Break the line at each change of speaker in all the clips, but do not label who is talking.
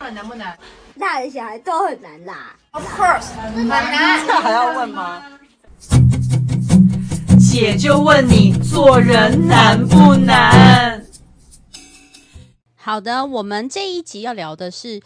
难不难
辣的小孩都很难辣。
？Of course，很难。
这还要问吗？姐就问你做人难不难？
好的，我们这一集要聊的是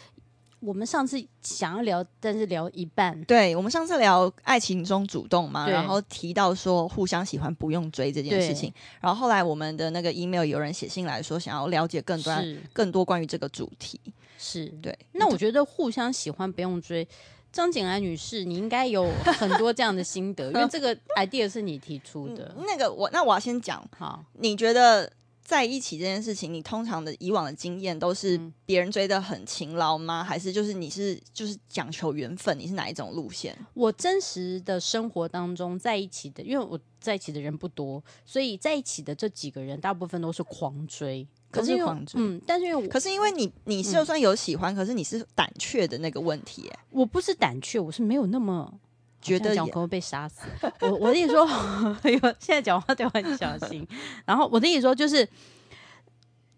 我们上次想要聊，但是聊一半。
对我们上次聊爱情中主动嘛，
对
然后提到说互相喜欢不用追这件事情，然后后来我们的那个 email 有人写信来说想要了解更多
是
更多关于这个主题，
是，
对，
那我觉得互相喜欢不用追。张景兰女士，你应该有很多这样的心得，因为这个 idea 是你提出的。
嗯那个我那我要先讲，
好，
你觉得在一起这件事情，你通常的以往的经验都是别人追的很勤劳吗？还是就是你是就是讲求缘分？你是哪一种路线？
我真实的生活当中在一起的，因为我在一起的人不多，所以在一起的这几个人大部分都是狂追。可是因为
都是狂追
嗯，但是因为我
可是因为你你
嗯
就算有喜欢，可是你是胆怯的那个问题、欸，
我不是胆怯，我是没有那么
觉
好像
得
讲
也
可能会被杀死。 我我的意思说，哎呦，现在讲话都要很小心。然后我的意思说，就是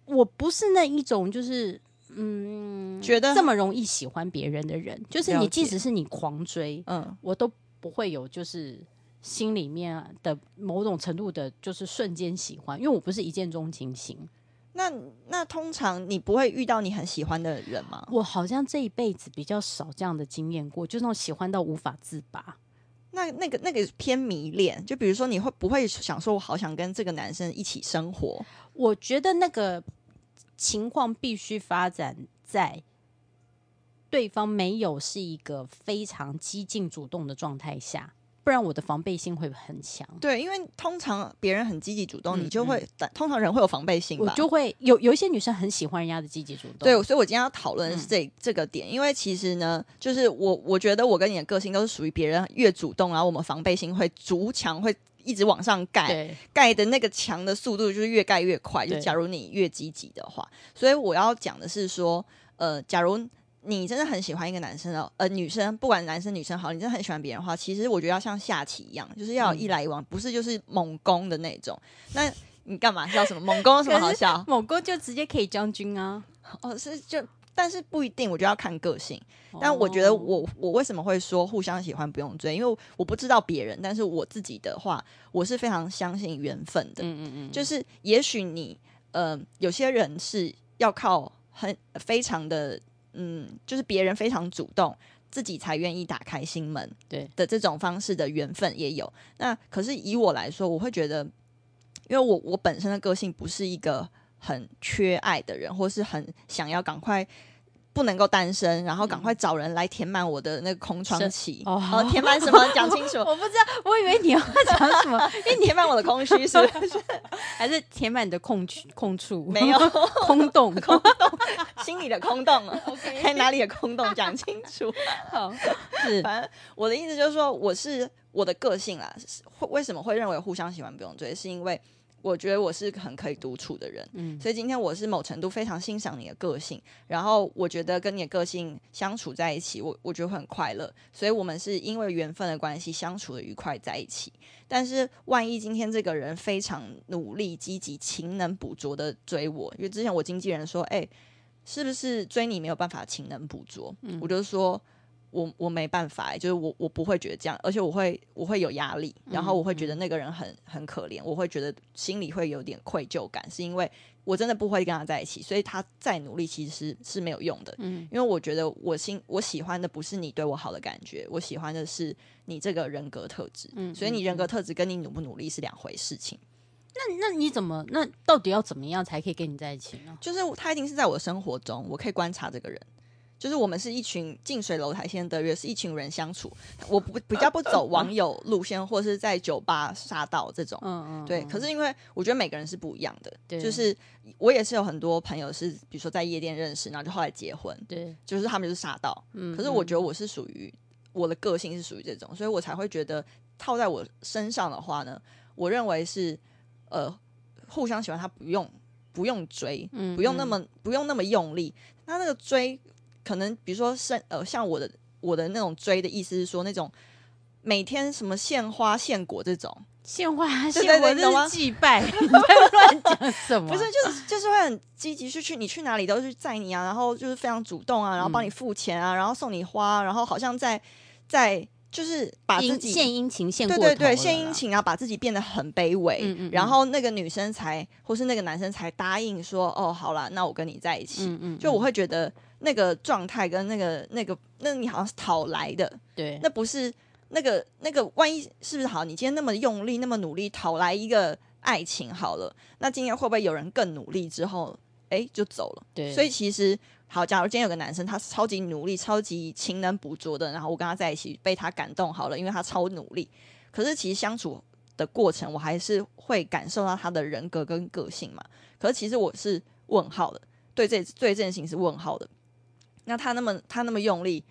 我不是那一种就是嗯，
觉得
这么容易喜欢别人的人，就是
了
你
解
即使是你狂追，
嗯，
我都不会有就是。心里面的某种程度的，就是瞬间喜欢，因为我不是一见钟情型，
那那通常你不会遇到你很喜欢的人吗？
我好像这一辈子比较少这样的经验过，就是那种喜欢到无法自拔。
那那个那个偏迷恋，就比如说你会不会想说，我好想跟这个男生一起生活？
我觉得那个情况必须发展在对方没有是一个非常激进主动的状态下，不然我的防备心会很强，
对，因为通常别人很积极主动，
嗯
你就会胆，通常人会有防备心吧？
我就会有有一些女生很喜欢人家的积极主动，
对，所以我今天要讨论的
嗯
是这、这个点，因为其实呢，就是我我觉得我跟你的个性都是属于别人越主动，然后我们防备心会逐强会。一直往上盖，
对
盖的那个墙的速度就是越盖越快。就
对
假如你越积极的话，所以我要讲的是说，呃，假如你真的很喜欢一个男生哦，呃，女生不管男生女生好，你真的很喜欢别人的话，其实我觉得要像下棋一样，就是
嗯
要有一来一往，不是就是猛攻的那种。那你干嘛笑什么？猛攻有什么好
可是
笑？
某哥就直接可以将军啊，
哦，是就，但是不一定，我觉得要看个性。但我觉得
哦
我我为什么会说互相喜欢不用追？因为我不知道别人，但是我自己的话，我是非常相信缘分的。
嗯嗯嗯，
就是也许你，呃，有些人是要靠很非常的，嗯，就是别人非常主动。自己才愿意打开心门，
对
的这种方式的缘分也有。那可是以我来说，我会觉得，因为我我本身的个性不是一个很缺爱的人，或是很想要赶快不能够单身，然后赶快找人来填满我的那个空窗
嗯是
期。
哦
呃填满什么？讲清 楚。
我不知道，我以为你要讲什么，
因为填满我的空虚是不是
还是填满你的空缺空处，
没有
空洞，
心里的空洞啊， 还哪里的空洞？讲清楚。
好是
反正我的意思就是说，我是我的个性啦，是会为什么会认为互相喜欢不用追，是因为我觉得我是很可以独处的人，
嗯
所以今天我是某程度非常欣赏你的个性，然后我觉得跟你的个性相处在一起，我我觉得会很快乐，所以我们是因为缘分的关系相处的愉快在一起。但是万一今天这个人非常努力、积极、勤能补拙的追我，因为之前我经纪人说，哎、是不是追你没有办法勤能补拙？
嗯
我就说。我我没办法欸、就是我我不会觉得这样，而且我会我会有压力，然后我会觉
嗯
得那个人很很可怜，我会觉得心里会有点愧疚感，是因为我真的不会跟他在一起，所以他再努力其实是没有用的，
嗯
因为我觉得我心我喜欢的不是你对我好的感觉，我喜欢的是你这个人格特质，
嗯
所以你人格特质跟你努不努力是两回事情。
那那你怎么？那到底要怎么样才可以跟你在一起呢？
就是他一定是在我生活中，我可以观察这个人。就是我们是一群近水楼台先得月，是一群人相处。我不比较不走网友路线，或是在酒吧杀到这种。
嗯嗯，
对，可是因为我觉得每个人是不一样的，
对
就是我也是有很多朋友是，比如说在夜店认识，然后就后来结婚，
对，
就是他们就是傻到。
嗯
可是我觉得我是属于我的个性是属于这种，所以我才会觉得套在我身上的话呢，我认为是呃互相喜欢，他不用不用追，
嗯
不用那么不用那么用力。他那个追，可能比如说身呃，像我的我的那种追的意思是说那种每天什么献花献果这种，
献花啊，
对
献
对对
花
你
这
懂吗
是 祭拜，你在乱讲什么？
不是，就是就是会很积极，去去你去哪里都是载你啊，然后就是非常主动啊，然后
嗯
帮你付钱啊，然后送你花啊，然后好像在在就是把自
殷
己
献殷勤，献过
对
头
对对
了
献殷
啦，
勤啊，把自己变得很卑微，
嗯嗯嗯
然后那个女生才或是那个男生才答应说哦，好啦，那我跟你在一起。
嗯嗯，
就我
嗯
会觉得那个状态跟那个那个，那你好像是讨来的，
对
那不是那个那个，万一是不是好？你今天那么用力，那么努力讨来一个爱情好了，那今天会不会有人更努力之后，哎，就走了？
对，
所以其实好，假如今天有个男生他超级努力、超级勤能补拙的，然后我跟他在一起被他感动好了，因为他超努力。可是其实相处的过程，我还是会感受到他的人格跟个性嘛。可是其实我是问号的，对这对这件事情是问号的。那他那么他那么用力。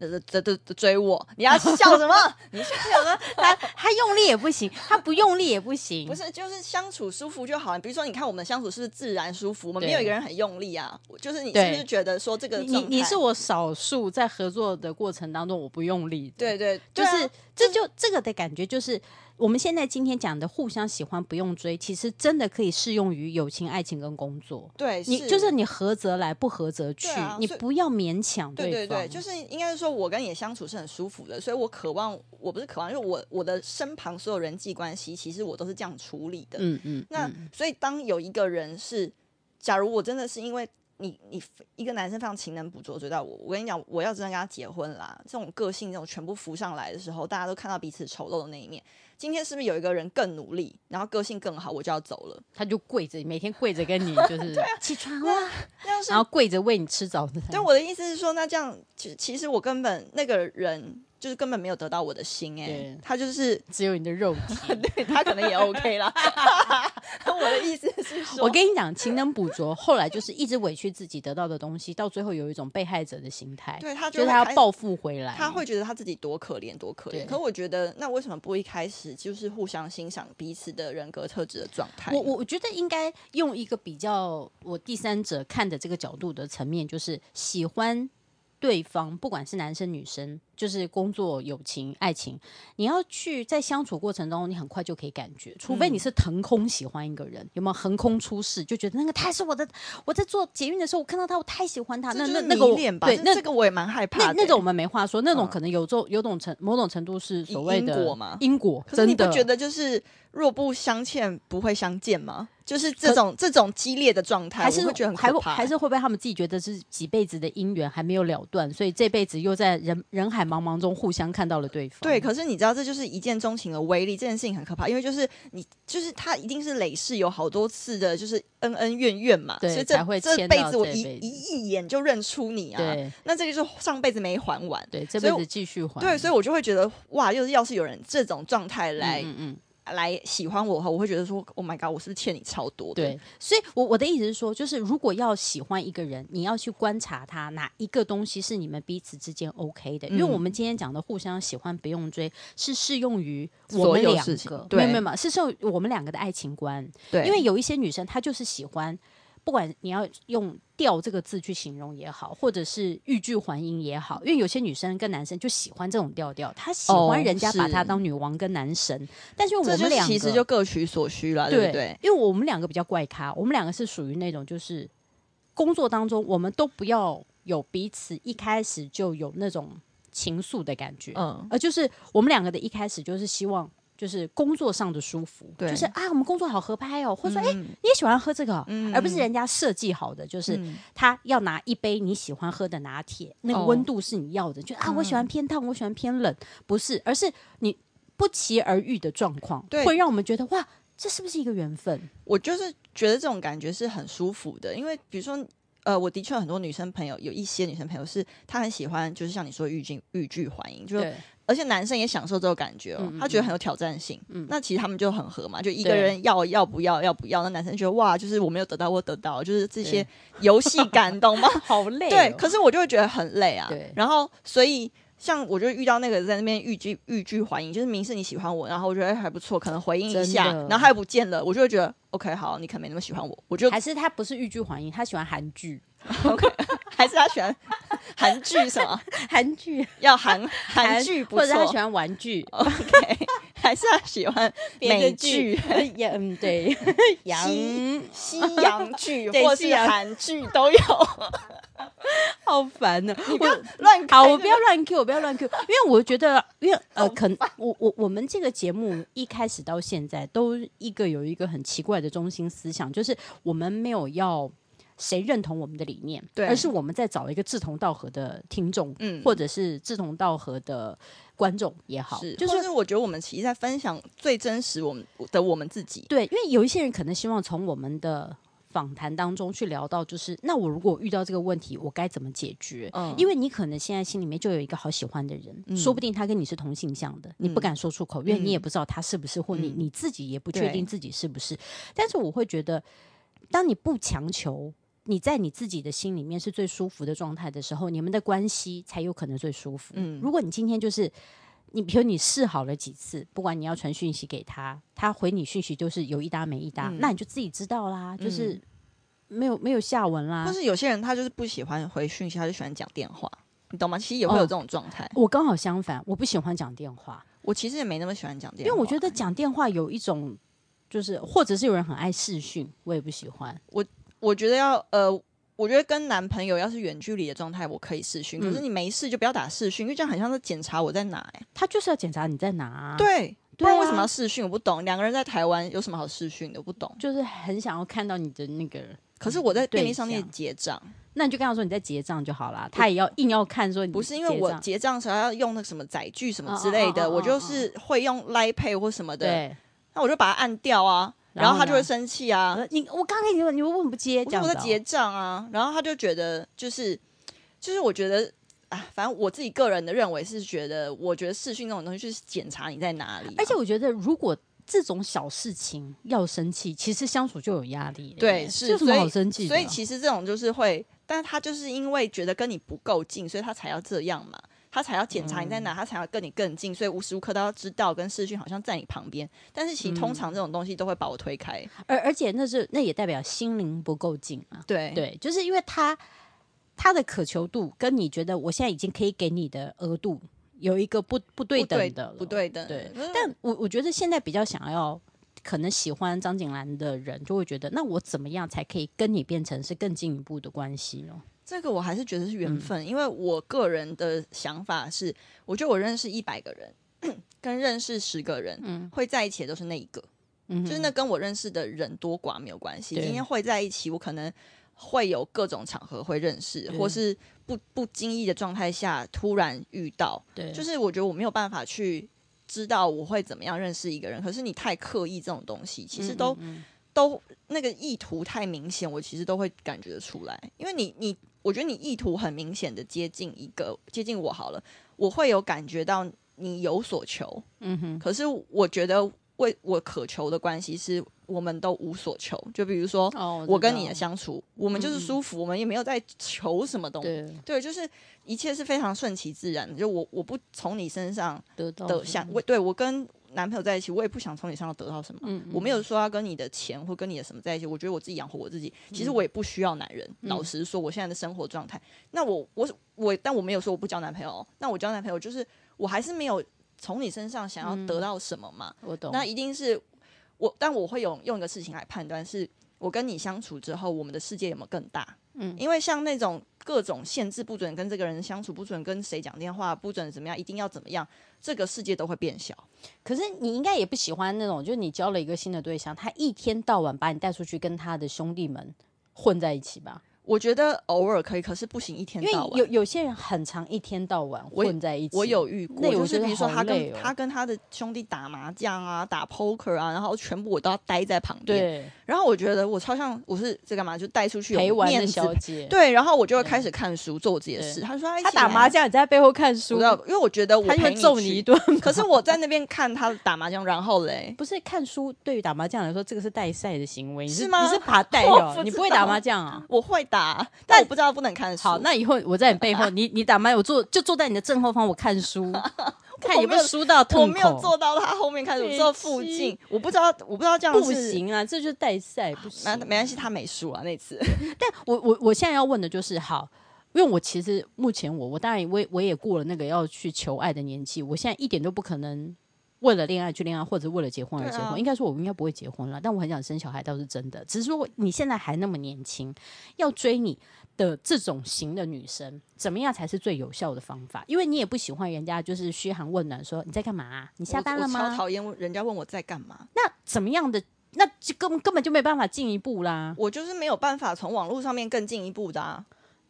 呃的的的的追我，你要笑 什么？你笑什么？
他 他用力也不行，他不用力也不行，
不是，就是相处舒服就好啊了。比如说，你看我们相处是不是自然舒服？我们
对
没有一个人很用力啊。我就是你是不是
对
觉得说这个
你你你
状态
是我少数在合作的过程当中我不用力的，
对对，
就
对啊
是、这就这个的感觉，就是我们现在今天讲的互相喜欢不用追，其实真的可以适用于友情、爱情跟工作。
对，
你就是你合则来，不合则去，
对啊
你
所以
不要勉强
对对
方。
对，就是应该是说，我跟你的相处是很舒服的，所以我渴望，我不是渴望，因为我我的身旁所有人际关系，其实我都是这样处理的。
嗯嗯，
那、
嗯
所以当有一个人是，假如我真的是因为你你一个男生非常勤能补拙追到我，我跟你讲，我要真的跟他结婚啦，这种个性这种全部浮上来的时候，大家都看到彼此丑陋的那一面。今天是不是有一个人更努力，然后个性更好，我就要走了？
他就跪着，每天跪着 跟你就是起床啦，
啊那要是
然后跪着喂你吃早餐。
对，我的意思是说，那这样其其实我根本那个人就是根本没有得到我的心哎、
对
他就是
只有你的肉体。
对他可能也 OK 啦。 我的意思是说，
我跟你讲，勤能补拙，后来就是一直委屈自己得到的东西，到最后有一种被害者的心态，
对他就
就是
会
他
开
要报复回来。
他会觉得他自己多可怜多可
对
怜，可我觉得那为什么不一开始就是互相欣赏彼此的人格特质的状态呢？
我我我觉得应该用一个比较我第三者看的这个角度的层面，就是喜欢对方，不管是男生女生，就是工作、友情、爱情，你要去在相处过程中，你很快就可以感觉，除
嗯
非你是腾空喜欢一个人，有没有横空出世，就觉得那个他是我的，我在做捷运的时候，我看到他，我太喜欢他，
这
啊那
就
那
是
那个我
迷恋吧，
对
这
那
这个我也蛮害怕的
那
欸、
那种我们没话说，那种
嗯
可能有种有种程某种程度是所谓的
因果嘛
因果
可是
真
你不
的
觉得就是若不相欠不会相见吗？就是这
可
种这种激烈的状态，
还是
我会觉得很
还
可
会
怕欸、
还是会不会他们自己觉得是几辈子的姻缘还没有了断，所以这辈子又在人人海茫茫中互相看到了对方。
对，可是你知道，这就是一见钟情的威力，这件事情很可怕，因为就是你，就是他一定是累世有好多次的，就是恩恩怨怨嘛，
对
所以
才
这
会
这
牵
辈
到
子我
这
一
辈子
一一眼就认出你啊，
对
那这个就是上辈子没还完，
对，这
所以我
辈子继续还。
对，所以我就会觉得哇，就是要是有人这种状态
嗯
来、
嗯嗯，
来喜欢我的话，我会觉得说，Oh my god，我是不是欠你超多的？
对，所以我我的意思是说，就是如果要喜欢一个人，你要去观察他哪一个东西是你们彼此之间 OK 的，因为
嗯
我们今天讲的互相喜欢不用追是适用于我
所
们
有
两
事情
个，
对
没有没有没有，是受我们两个的爱情观。
对，
因为有一些女生她就是喜欢，不管你要用“吊”这个字去形容也好，或者是欲拒还迎也好，因为有些女生跟男生就喜欢这种调调，她喜欢
哦
人家把
是
她当女王跟男神，但是我
这
们
就是
两个
其实就各取所需了，对不对？
因为我们两个比较怪咖，我们两个是属于那种就是工作当中我们都不要有彼此一开始就有那种情愫的感觉，
嗯，
呃，就是我们两个的一开始就是希望。就是工作上的舒服，
对
就是啊，我们工作好合拍哦，或者说哎、
嗯
你也喜欢喝这个哦，
嗯
而不是人家设计好的，就是
嗯
他要拿一杯你喜欢喝的拿铁，那个
哦
温度是你要的，就啊，我喜欢偏烫，我喜欢偏冷，不是，而是你不期而遇的状况，
对
会让我们觉得哇，这是不是一个缘分？
我就是觉得这种感觉是很舒服的，因为比如说，呃，我的确很多女生朋友，有一些女生朋友是她很喜欢，就是像你说欲拒欲拒还迎，就是，而且男生也享受这种感觉哦，
嗯
他觉得很有挑战性。那其实他们就很合嘛，就一个
对
人要要不要要不要，那男生觉得哇，就是我没有得到，我得到，就是这些游戏感，懂吗？
好累哦、
对，可是我就会觉得很累啊
对。
然后，所以像我就遇到那个在那边欲拒欲拒还迎，就是明示你喜欢我，然后我觉得哎还不错，可能回应一下
真的，
然后他又不见了，我就会觉 得 OK，好，你可能没那么喜欢我，我就
还是他不是欲拒还迎，他喜欢韩剧。
还是他喜欢韩剧什么？
韩剧，
要韩韩剧不
或者他喜
错
欢玩具，
，OK，还 是他喜欢美剧、
也嗯 对，洋
西洋剧
对
或
西
是
洋
韩剧都 有。
好烦呢、
你不要
我
乱开哦
好，我
这
不
个
要乱 Q，我不要乱 Q，因为我觉得，因为呃，可能我我我们这个节目一开始到现在都一个有一个很奇怪的中心思想，就是我们没有要谁认同我们的理念，
对
而是我们在找一个志同道合的听众，
嗯
或者是志同道合的观众也好，
是，
就
就是我觉得我们其实在分享最真实我们的我们自己。
对，因为有一些人可能希望从我们的访谈当中去聊到，就是那我如果遇到这个问题，我该怎么解决？
嗯
因为你可能现在心里面就有一个好喜欢的人，说不定他跟你是同性向的，你不敢说出口，因为你也不知道他是不是，或你、
嗯
你自己也不确定
对
自己是不是。但是我会觉得，当你不强求。你在你自己的心里面是最舒服的状态的时候，你们的关系才有可能最舒服。
嗯
如果你今天就是你比如你试好了几次，不管你要传讯息给他，他回你讯息就是有一搭没一搭，
嗯
那你就自己知道啦，就是
嗯
没有没有下文啦
或。是有些人他就是不喜欢回讯息，他就喜欢讲电话，你懂吗？其实也会有
哦
这种状态。
我刚好相反，我不喜欢讲电话，
我其实也没那么喜欢讲电
因
话，
为我觉得讲电话有一种就是，或者是有人很爱视讯，我也不喜欢。
我觉得要呃，我觉得跟男朋友要是远距离的状态，我可以视讯，
嗯
可是你没事就不要打视讯，因为这样很像是检查我在哪、欸。
他就是要检查你在哪、啊，，
对，不
对
然
啊
为什么要视讯？我不懂。两个人在台湾有什么好视讯的？我不懂。
就是很想要看到你的那个。
可是我在便利商
嗯对
店
象
结账，
那你就跟他说你在结账就好啦，他也要硬要看说你
不是因为我
结账
结账的时候要用那个什么载具什么
哦
之类
哦哦
的，
哦
我就是会用 Line Pay 或什么的，
对，
那我就把它按掉啊，
然
然后
后
他就
呢
会生气啊。
呃你我刚才你你为什么不接？
我
这
说
样
我
子
在
哦
结账啊，然后他就觉得就是就是我觉得啊，反正我自己个人的认为是觉得，我觉得视讯这种东西就是检查你在哪里啊、
而且我觉得，如果这种小事情要生气，其实相处就有压力了耶。
对
这
是，
有什
所
么
以
好生气的？
所以其实这种就是会，但是他就是因为觉得跟你不够近，所以他才要这样嘛。他才要检查你在哪，他才要跟你更近，所以无时无刻都要知道跟视讯好像在你旁边。但是其实通常这种东西都会把我推开，
而而且那是那也代表心灵不够近啊。
对
对，就是因为他他的渴求度跟你觉得我现在已经可以给你的额度有一个不不对
不对
等的了
不对等，
对
嗯
但我我觉得现在比较想要，可能喜欢张景兰的人就会觉得，那我怎么样才可以跟你变成是更进一步的关系呢？
这个我还是觉得是缘分，因为我个人的想法是，我觉得我认识一百个人， 跟认识十个人，会在一起的都是那一个，
嗯
就是那跟我认识的人多寡没有关系。
对
今天会在一起，我可能会有各种场合会认识，
对
或是不不经意的状态下突然遇到，
对，
就是我觉得我没有办法去知道我会怎么样认识一个人。可是你太刻意这种东西，其
嗯
实都、都那个意图太明显，我其实都会感觉得出来。因为你你，我觉得你意图很明显的接近一个接近我好了，我会有感觉到你有所求。
嗯哼，
可是我觉得为我渴求的关系是我们都无所求。就比如说
哦，
我跟你的
相
相处，我们就是舒服，我们也没有在求什么东西。
嗯对
对，就是一切是非常顺其自然的。就我我不从你身上
得到
的
什
想
么，
我对我跟男朋友在一起，我也不想从你身上得到什么。
嗯
我没有说要跟你的钱或跟你的什么在一起，我觉得我自己养活我自己。其
嗯
实我也不需要男人。老实说，我现在的生活状态，那我我我，但我没有说我不交男朋友哦。那我交男朋友就是我还是没有从你身上想要
嗯
得到什么嘛。
我懂。
那一定是我，但我会用用一个事情来判断，是我跟你相处之后，我们的世界有没有更大？嗯，因为像那种各种限制，不准跟这个人相处，不准跟谁讲电话，不准怎么样，一定要怎么样，这个世界都会变小。
可是你应该也不喜欢那种，就是你交了一个新的对象，他一天到晚把你带出去跟他的兄弟们混在一起吧？
我觉得偶尔可以，可是不行一天
因为
到晚。
有有些人很长一天到晚
我也
混在一起。
我有遇过，
那
就
我
是
觉得
比如说
好
他跟、
累哦
他跟他的兄弟打麻将啊，打 poker 啊，然后全部我都要待在旁边。
对
然后我觉得我超像我是这干嘛，就带出去
陪
有
玩
面
的
子。
小姐，
对，然后我就会开始看书，做我自己的
嗯对
事。他说哎
他
一起来
打麻将，你在背后看
不
书
知，道，因为我觉得我
他就会
陪
揍你
去
一。顿。
可是我在那边看他打麻将，然后嘞，
不是看书，对于打麻将来说，这个是带赛的行为，你
是吗
你是爬带
我
哦，
不
你
知
不会
道
打麻将 啊？
我会打，但我不知道不能看书。
好，那以后我在你背后，你你打麻将，我坐就坐在你的正后方，我看 书，看有没有输到痛口。
我没有坐到他后面看书，我坐附近，我不知道，我不知道这样
不
是。
行啊，这就是带赛不行。
那没关系，他没输啊那次。
但我我我现在要问的就是，好，因因为我其实目前我我当然我也我也过了那个要去求爱的年纪，我现在一点都不可能为了恋爱去恋爱，或者为了结婚而
对
结
啊
婚。应该说我应该不会结婚了，但我很想生小孩倒是真的。只是说你现在还那么年轻，要追你的这种型的女生，怎么样才是最有效的方法？因为你也不喜欢人家就是嘘寒问暖说你在干嘛啊、你下班了
我我
吗
超？讨厌人家问我在干嘛，
那怎么样的？那就根根本就没办法进一步啦！
我就是没有办法从网络上面更进一步的啊。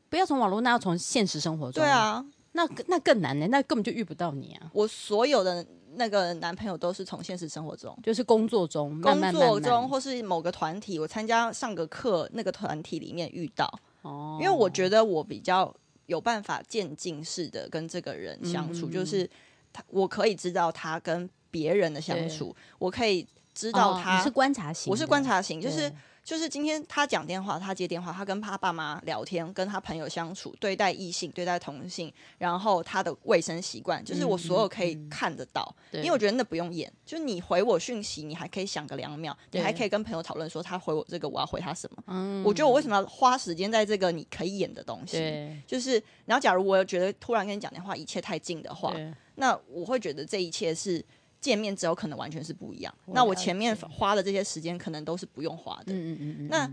不要从网络，那要从现实生活中。
对，啊，
那那更难呢、那根本就遇不到你啊！
我所有的那个男朋友都是从现实生活中。
就是工作中，慢
工
慢
作
慢
中
慢
或是某个团体，我参加上个课那个团体里面遇到，
哦
因为我觉得我比较有办法渐进式的跟这个人相处，
嗯嗯嗯
就是他我可以知道他跟别人的相处，我可以知
知
道
哦你
他，
是观察型，
我是观，察型，
对
就是就是今天他讲电话，他接电话，他跟他爸妈聊天，跟他朋友相处，对待异性，对待同性，然后他的卫生习惯，就是
嗯
我所有
嗯
可以
嗯
看得到。
对
因为我觉得那不用演，就是你回我讯息，你还可以想个两秒，你
对
还可以跟朋友讨论说他回我这个，我要回他什么。
嗯
我觉得我为什么要花时间在这个你可以演的东西？
对
就是，然后假如我觉得突然跟你讲电话，一切太近的话，
对
那我会觉得这一切是见面之后可能完全是不一样。
我
那我
了解
前面花的这些时间，可能都是不用花的。
嗯嗯嗯嗯，
那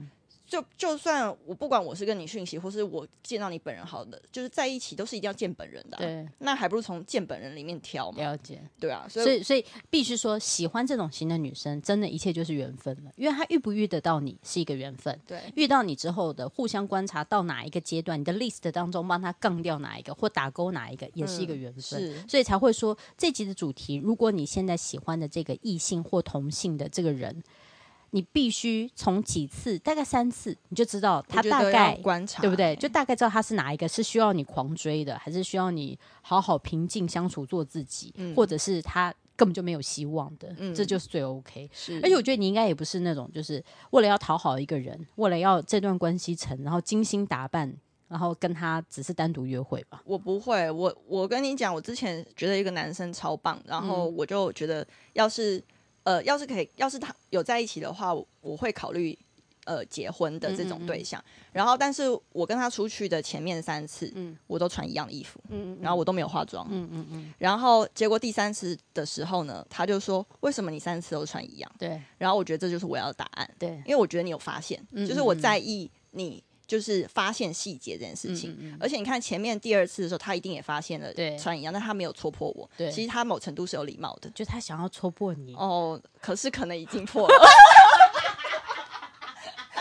就就算我不管我是跟你讯息，或是我见到你本人好的，就是在一起都是一定要见本人的啊、
对
那还不如从见本人里面挑嘛，
了解。
对啊，所
所
以
以，所以必须说，喜欢这种型的女生，真的一切就是缘分了，因为她遇不遇得到你是一个缘分。
对
遇到你之后的互相观察到哪一个阶段，你的 list 当中帮她杠掉哪一个或打勾哪一个，也是一个
嗯
缘分。
是
所以才会说这集的主题，如果你现在喜欢的这个异性或同性的这个人，你必须从几次，大概三次，你就知道他
我觉得
大
要
概。
观察，欸
对不对？就大概知道他是哪一个，是需要你狂追的，还是需要你好好平静相处做自己，
嗯
或者是他根本就没有希望的，
嗯
这就是最 OK。
是，
而且我觉得你应该也不是那种，就是为了要讨好一个人，为了要这段关系成，然后精心打扮，然后跟他只是单独约会吧。
我不会，我我跟你讲，我之前觉得一个男生超棒，然
嗯
后我就觉得，要是呃，要是可以，要是他有在一起的话，我我会考虑呃结婚的这
嗯
种对象。然后，但是我跟他出去的前面三次，
嗯
我都穿一样的衣服，
嗯
然后我都没有化妆，
嗯嗯嗯，
然后结果第三次的时候呢，他就说为什么你三次都穿一样？
对
然后我觉得这就是我要的答案，
对，
因为我觉得你有发现，
嗯
就是我在意你就是发现细节这件事情。
嗯嗯嗯
而且你看前面第二次的时候，他一定也发现了
对
穿一样，但他没有戳破我。
对
其实他某程度是有礼貌的。
就他想要戳破你，
哦，可是可能已经破了。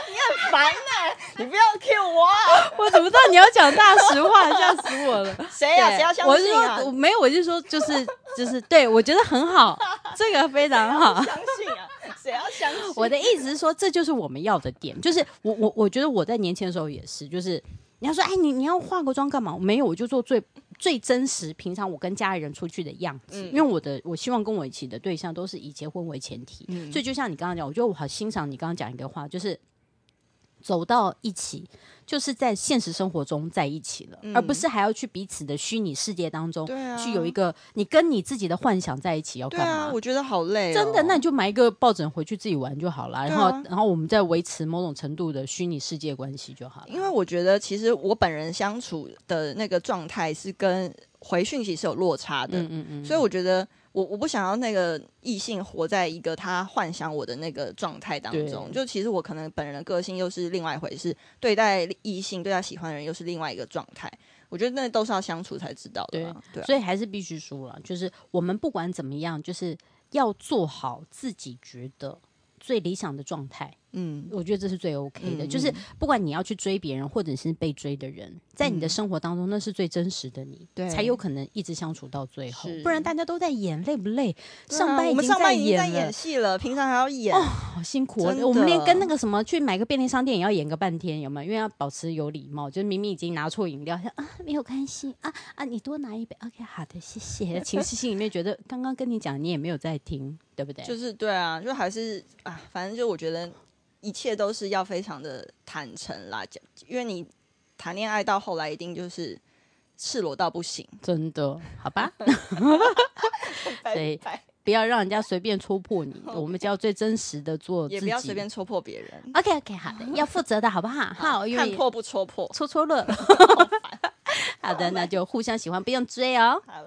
你很烦呢、你不要 cue 我啊，
我怎么知道你要讲大实话？吓死我了！
谁呀、谁要相
我是
信啊？
说，我没有，我是说，就是就是，对我觉得很好，这个非常好。
相信啊，谁要相信？
我的意思是说，这就是我们要的点，就是我我我觉得我在年轻的时候也是，就是你要说，哎，你你要化个妆干嘛？没有，我就做最最真实，平常我跟家里人出去的样子，
嗯
因为我的我希望跟我一起的对象都是以结婚为前提，
嗯
所以就像你刚刚讲，我觉得我好欣赏你刚刚讲一个话，就是。走到一起，就是在现实生活中在一起了，
嗯
而不是还要去彼此的虚拟世界当中、
对啊
去有一个你跟你自己的幻想在一起要
对
干嘛？
啊，我觉得好累、哦。
真的，那你就买一个抱枕回去自己玩就好了。然后，
对啊
然后我们再维持某种程度的虚拟世界关系就好了。
因为我觉得其实我本人相处的那个状态是跟回讯息是有落差的，
嗯嗯嗯，
所以我觉得我我不想要那个异性活在一个他幻想我的那个状态当中。
对
就其实我可能本人的个性又是另外一回事，对待异性、对待喜欢的人又是另外一个状态。我觉得那都是要相处才知道的
对
啦，对啊，
所以还是必须说了，就是我们不管怎么样，就是要做好自己觉得最理想的状态。
嗯，
我觉得这是最 OK 的，
嗯
就是不管你要去追别人，或者是被追的人，在你的生活当中，那是最真实的你，
嗯对
才有可能一直相处到最后
是。
不然大家都在演，累不累？
对啊
上班
我
已
们
经
上
在
班已经在
演了
演，戏了，平常还要演，
好辛苦、哦
真，的
我们连跟那个什么去买个便利商店也要演个半天，有没有？因为要保持有礼貌，就是明明已经拿错饮料，像啊没有关系啊啊，你多拿一杯，OK，好的，谢谢。其实心里面觉得刚刚跟你讲，你也没有在听，对不对？
就是对啊，就还是啊，反正就我觉得一切都是要非常的坦诚啦，讲因为你谈恋爱到后来一定就是赤裸到不行，
真的，好吧，对
拜拜
不要让人家随便戳破你，我们就要最真实的做自己。
也不要随便戳破别人，
OK 哦 OK，好的，要负责的好不好？好，因
看
为
破不戳破，
戳戳 乐。
好烦
好的，那就互相喜欢，不用追哦。
好。